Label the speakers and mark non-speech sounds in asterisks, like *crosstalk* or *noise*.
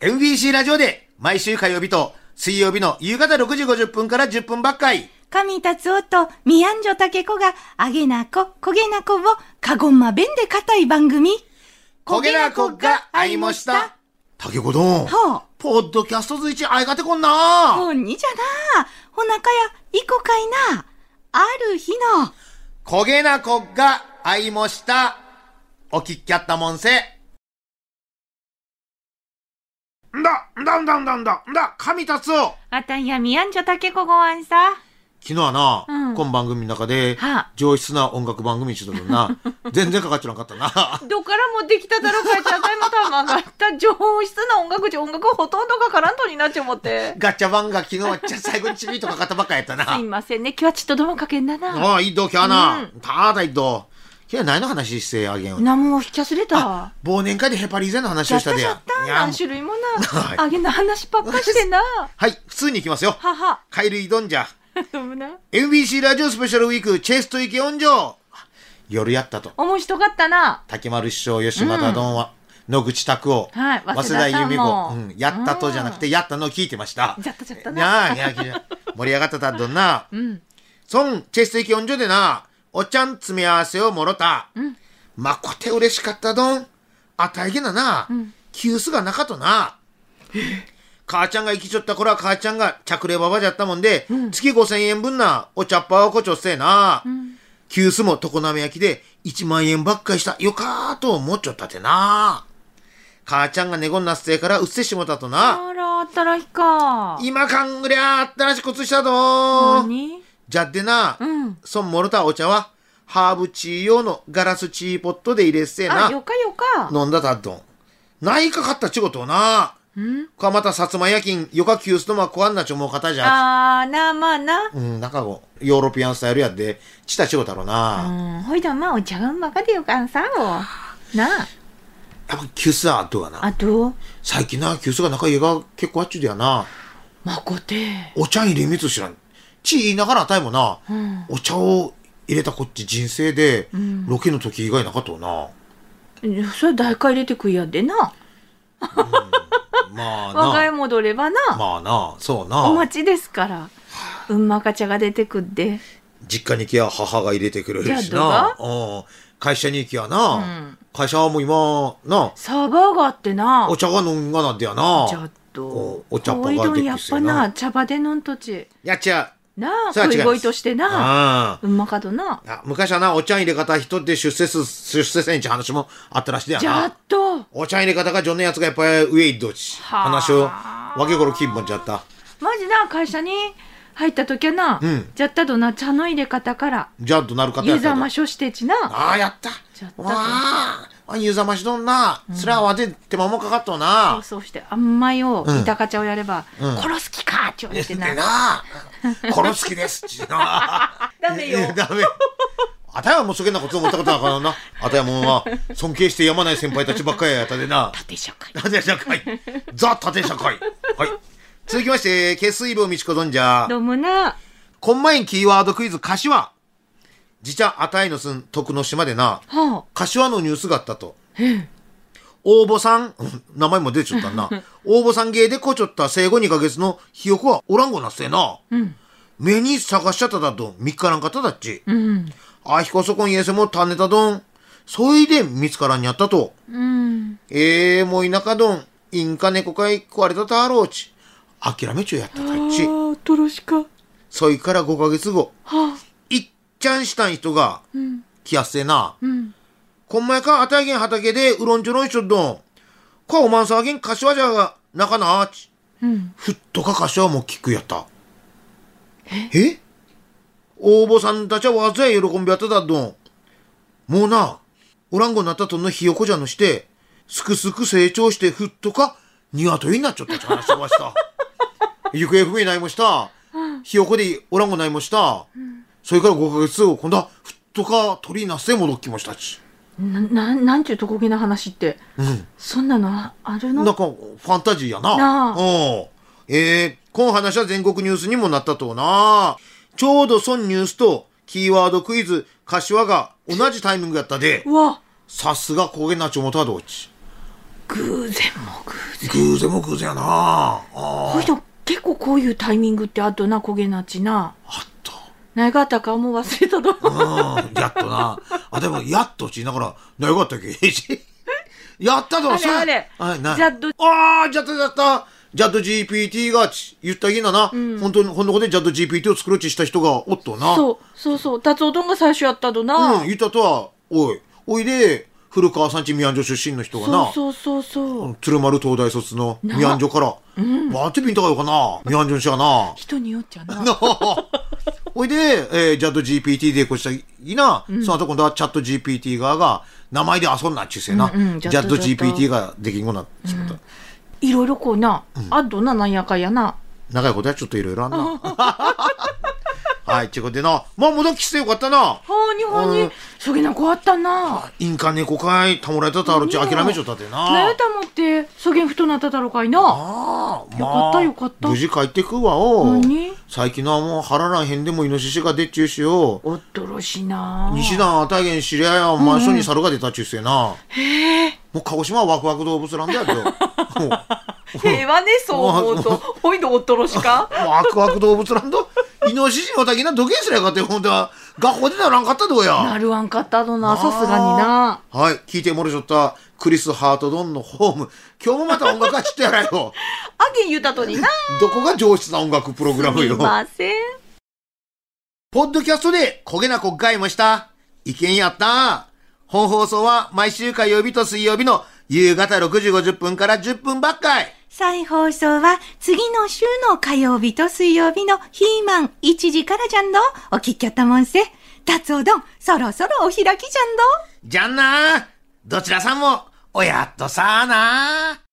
Speaker 1: MBC ラジオで毎週火曜日と水曜日の夕方6時50分から10分ばっかり。
Speaker 2: 神達夫とミアンジョタケコが、あげなこ、こげなこを、かごんま弁で固い番組。
Speaker 1: 焦げなこが会いました。。竹子どん。
Speaker 2: は
Speaker 1: ポッドキャスト随一相方こん
Speaker 2: あ、
Speaker 1: な。
Speaker 2: ほんにじゃな。ほなかや、いこかいな。ある日の、
Speaker 1: 焦げなこが会いました。おきっきゃったもんせ。んだ、んだんだんだんだ、んだ、神達夫。
Speaker 2: あたんやミアンジョタケコごわんさ。
Speaker 1: 昨日はな、
Speaker 2: うん
Speaker 1: この番組の中で、
Speaker 2: はあ
Speaker 1: 上質な音楽番組してたのに
Speaker 2: *laughs*
Speaker 1: な、全然かかっちゃなかったな。
Speaker 2: どっから持ってきただろうかいただいまたまがった上質な音楽じゃ音楽ほとんどかからんとになっちゃうもって。
Speaker 1: ガチャ版が昨日はちゃ最後にちびっとかかったばっかやった
Speaker 2: すい
Speaker 1: な。
Speaker 2: ませんね。今日はちょっとどうもかけんだな。
Speaker 1: ああ、いいど、今日はな
Speaker 2: う。
Speaker 1: ただいいど。今日は何の話してあげんよ
Speaker 2: なもう引き忘れた。
Speaker 1: 忘年会でヘパリーゼの話
Speaker 2: じゃ
Speaker 1: を
Speaker 2: っ
Speaker 1: した
Speaker 2: た
Speaker 1: で
Speaker 2: じゃ
Speaker 1: や
Speaker 2: っ。た
Speaker 1: いや
Speaker 2: 何種類も
Speaker 1: はい
Speaker 2: な。あげな話ばっかし
Speaker 1: *laughs*
Speaker 2: てな。
Speaker 1: はい、普通に行きますよ。
Speaker 2: 母。
Speaker 1: 海類どんじゃ。
Speaker 2: どうもな。
Speaker 1: MBC ラジオスペシャルウィーク、チェスト行け4条。夜やったと。
Speaker 2: 面白かったな。
Speaker 1: 竹丸師匠、吉本丼は、野口拓夫、
Speaker 2: はい
Speaker 1: 早
Speaker 2: 早
Speaker 1: 稲
Speaker 2: 稲
Speaker 1: 田由
Speaker 2: 田さんも
Speaker 1: 美子、うん、やったとじゃなくて、やったのを聞いてました。
Speaker 2: やったじゃった
Speaker 1: な
Speaker 2: な
Speaker 1: あ、いやいや盛り上がったたどんな。
Speaker 2: うん。
Speaker 1: そん、チェスト行き4条でな、おちゃん詰め合わせをもろた。
Speaker 2: うん
Speaker 1: まこて嬉しかったどん。あたいげなな、
Speaker 2: ん
Speaker 1: 急須がなかとな。母ちゃんが生きちょった頃は母ちゃんが着ればばじゃったもんで、
Speaker 2: うん
Speaker 1: 月5000円分なお茶っ葉をこちょっせえな。
Speaker 2: うん。
Speaker 1: 急須も常滑焼きで1万円ばっかりしたよかーと思っちょったてな。母ちゃんが寝ごんなすせえからうっせしもたとな。
Speaker 2: あら、あったらひか。
Speaker 1: 今かんぐりゃあったらしこつしたどー。
Speaker 2: 何
Speaker 1: じゃってな、
Speaker 2: うん。
Speaker 1: そんもろたお茶はハーブチー用のガラスチーポットで入れっせえ
Speaker 2: あ、
Speaker 1: な
Speaker 2: よ。かよか。
Speaker 1: 飲んだたっどん。ないかかったちごとな。
Speaker 2: うん。
Speaker 1: こはまた薩摩夜勤、よか急須とまこわんなちょもう方じゃ。
Speaker 2: あー、なあまあな。
Speaker 1: うん、なんかこう、ヨーロピアンスタイルやって、ちたちごだろうな。
Speaker 2: うん、ほいだまあお茶がうまかでよかんさを。なあ。
Speaker 1: やっぱ急須はどうかな。
Speaker 2: あと、
Speaker 1: 最近な、急須が仲いいが結構あっちゅうでやな。
Speaker 2: まこて。
Speaker 1: お茶入れ水知らん。ち言いながらあたいもな、
Speaker 2: うん。
Speaker 1: お茶を入れたこっち人生で、
Speaker 2: うん
Speaker 1: ロケの時以外なかったわ
Speaker 2: *laughs*
Speaker 1: な。
Speaker 2: それ誰か入れてくいやでな。
Speaker 1: まあ
Speaker 2: 若い
Speaker 1: な。
Speaker 2: 戻ればな。
Speaker 1: まあな、そう
Speaker 2: お
Speaker 1: な。
Speaker 2: 待ちですから。うんまか茶が出てくって。
Speaker 1: 実家に行きゃ母が入れてくれるし
Speaker 2: じゃ
Speaker 1: な
Speaker 2: あ。
Speaker 1: うん会社に行きゃ
Speaker 2: う
Speaker 1: な。
Speaker 2: ん。
Speaker 1: 会社はもう今、な、
Speaker 2: サーバーがあってな。
Speaker 1: お茶が飲んがなんでやな。
Speaker 2: ちょっと。
Speaker 1: おお茶っ葉が
Speaker 2: おいどん
Speaker 1: でっ
Speaker 2: や
Speaker 1: く
Speaker 2: っ
Speaker 1: し
Speaker 2: ぱ
Speaker 1: てな
Speaker 2: な、茶葉で飲んとち。
Speaker 1: やっちゃ
Speaker 2: なあ、
Speaker 1: それは違い
Speaker 2: 食い
Speaker 1: ます
Speaker 2: 声として
Speaker 1: う。
Speaker 2: な。
Speaker 1: あ
Speaker 2: うんまかとな。
Speaker 1: あ昔はな、お茶入れ方人で出世す、出世せんち話もあったらしいでや
Speaker 2: じゃ
Speaker 1: な
Speaker 2: っ。と。
Speaker 1: お茶入れ方が女のやつがやっぱり上行っどち。
Speaker 2: はあ
Speaker 1: 話を、わけごろ聞いもんじゃった。
Speaker 2: マジな、会社に入った時はな。
Speaker 1: うん
Speaker 2: じゃったとな、茶の入れ方から。
Speaker 1: じゃあどなるかとや
Speaker 2: 湯
Speaker 1: った
Speaker 2: ざ
Speaker 1: ら
Speaker 2: ましょしてちな。
Speaker 1: ああ、やった。
Speaker 2: じゃったと
Speaker 1: わあ、あ湯ざましどんな。それはわて手間もかかっとうな。
Speaker 2: そうしてあんまよ
Speaker 1: うん
Speaker 2: 板カチャをやれば、
Speaker 1: うん
Speaker 2: 殺す気かって言われて
Speaker 1: で
Speaker 2: な
Speaker 1: な。殺す気です。ちな。
Speaker 2: ダメよ
Speaker 1: ダメ。あたやもうそげんなこと思ったことなかったな。あたやもんは尊敬してやまない先輩たちばっかりやったでな。
Speaker 2: 縦社会
Speaker 1: 縦社会。ザ縦社会。はい。続きまして、決水棒みちこどんじゃ。
Speaker 2: どうもな
Speaker 1: こんまいんキーワードクイズ、柏。じちゃあたいのすん、徳の島でな、
Speaker 2: は
Speaker 1: 柏のニュースがあったと。応募さん、 *laughs* うん名前も出ちゃったな。応募さん芸でこちょった生後2ヶ月のひよこはおらんごなっせな。
Speaker 2: あうん
Speaker 1: 目に探しちゃっただと、見っからんかっただっち。
Speaker 2: うん
Speaker 1: あひこそこんえせもたねたどん。そいで見つからんにゃったと。
Speaker 2: うん
Speaker 1: ええー、もう田舎どん。インカ猫かい壊れたたあろうち。諦めちゅうやった
Speaker 2: あ
Speaker 1: たっち。
Speaker 2: ーとろしかは
Speaker 1: そいから5ヶ月後、
Speaker 2: あ
Speaker 1: いっちゃんしたん人が、
Speaker 2: うん
Speaker 1: 来やっせえな。
Speaker 2: うん
Speaker 1: こんまやか、あたいげん畑でうろんちょろんしとっどん。かおまんさあげん柏じゃが、なかなあち。
Speaker 2: うん
Speaker 1: ふっとか柏も聞くやった。え応募さんたちはわずや喜んびやっただっどん。もうな、おらんごになったとんのひよこじゃのして、すくすく成長してふっとか、鶏になっちゃったち話してました。行方不明ないもした。ひよこでおらんごないもした。それから5ヶ月後、今度はふっとか鳥になっせ戻っきましたち。
Speaker 2: なななんちゅうとこぎな話って
Speaker 1: うん。
Speaker 2: そんなのあある
Speaker 1: なん
Speaker 2: の
Speaker 1: か、ファンタジーやな。
Speaker 2: なあ
Speaker 1: うん。ええこの話は全国ニュースにもなったとな。ちょうどそのニュースと、キーワードクイズ、柏が同じタイミングやったで、
Speaker 2: うわ
Speaker 1: さすが高原なちょもたどっち。
Speaker 2: 偶然も偶然
Speaker 1: 偶然も偶然やなあ
Speaker 2: こう
Speaker 1: あ
Speaker 2: いう人結構こういうタイミングってあとなこげなっちな
Speaker 1: あった
Speaker 2: ないがあったかもう忘れたど
Speaker 1: うんやっとなあでもやっとしながらなよかったっけ *laughs* やったぞ
Speaker 2: あれ
Speaker 1: さ
Speaker 2: あれ
Speaker 1: はいな
Speaker 2: ジャッド
Speaker 1: ああジャッドジャッドジャッド GPT がち言った日なな、本当にほんのこでジャッド GPT を作ろうちした人がおっとな
Speaker 2: そうそうそう達夫どんが最初やったどな、
Speaker 1: うん言ったとはおいおいで古川さんち宮城出身の人がな
Speaker 2: そうそうそうそう、
Speaker 1: 鶴丸東大卒の宮城からバーテピンとかよかな宮城氏や
Speaker 2: *laughs*
Speaker 1: な
Speaker 2: 人によっちゃな
Speaker 1: なあおいで、えー、チャット GPT でこうしたいな、その後今度はチャット GPT 側が名前で遊んだっちゅうせえな、
Speaker 2: うんうん
Speaker 1: チ
Speaker 2: チ
Speaker 1: ャ
Speaker 2: ャ
Speaker 1: ッ
Speaker 2: ッ
Speaker 1: ト
Speaker 2: ト
Speaker 1: GPT ができんごなっちょっと、
Speaker 2: いろいろこうな、あっどななんやかんやな
Speaker 1: 長いことはちょっといろいろあんなはいちゅうことでなまあ戻ってきてよかったな
Speaker 2: ほうにほう
Speaker 1: う
Speaker 2: に
Speaker 1: ん
Speaker 2: そげなこあったな
Speaker 1: 印鑑猫かいたもらえたたあるっち
Speaker 2: うん
Speaker 1: 諦めちゃったてな
Speaker 2: なやたもってそげん太なっただろかいな
Speaker 1: ああ、ま
Speaker 2: よかったよかった
Speaker 1: 無事帰ってくわお
Speaker 2: 何
Speaker 1: 最近のはもう腹らへんでもイノシシが出っちゅうしよ
Speaker 2: おっとろしいな
Speaker 1: 西田大元知り合いはマンションに猿が出たっちゅうせえな、
Speaker 2: へえ
Speaker 1: もう鹿児島はワクワク動物ランドやけどもう
Speaker 2: 平和ねそう思うとほいどおっとろしか
Speaker 1: ワクワク動物ランドイノシシの滝などけんすりゃよかってほんとは学校でならんかったどう
Speaker 2: な
Speaker 1: や
Speaker 2: るわんかったどなさすがにな
Speaker 1: はい聞いてもらっちゃったクリス・ハートドンのホーム今日もまた音楽はちってやらよ
Speaker 2: あげん言うたとにな
Speaker 1: どこが上質な音楽プログラム
Speaker 2: すみ
Speaker 1: よ
Speaker 2: ません
Speaker 1: ポッドキャストで焦げなこっがいました。意見やった。本放送は毎週火曜日と水曜日の夕方6時50分から10分ばっかい。
Speaker 3: 再放送は次の週の火曜日と水曜日のヒーマン1時からじゃんど。お聞きやったもんせ。達おどん、そろそろお開きじゃんど。
Speaker 1: じゃんなどちらさんも、おやっとさあな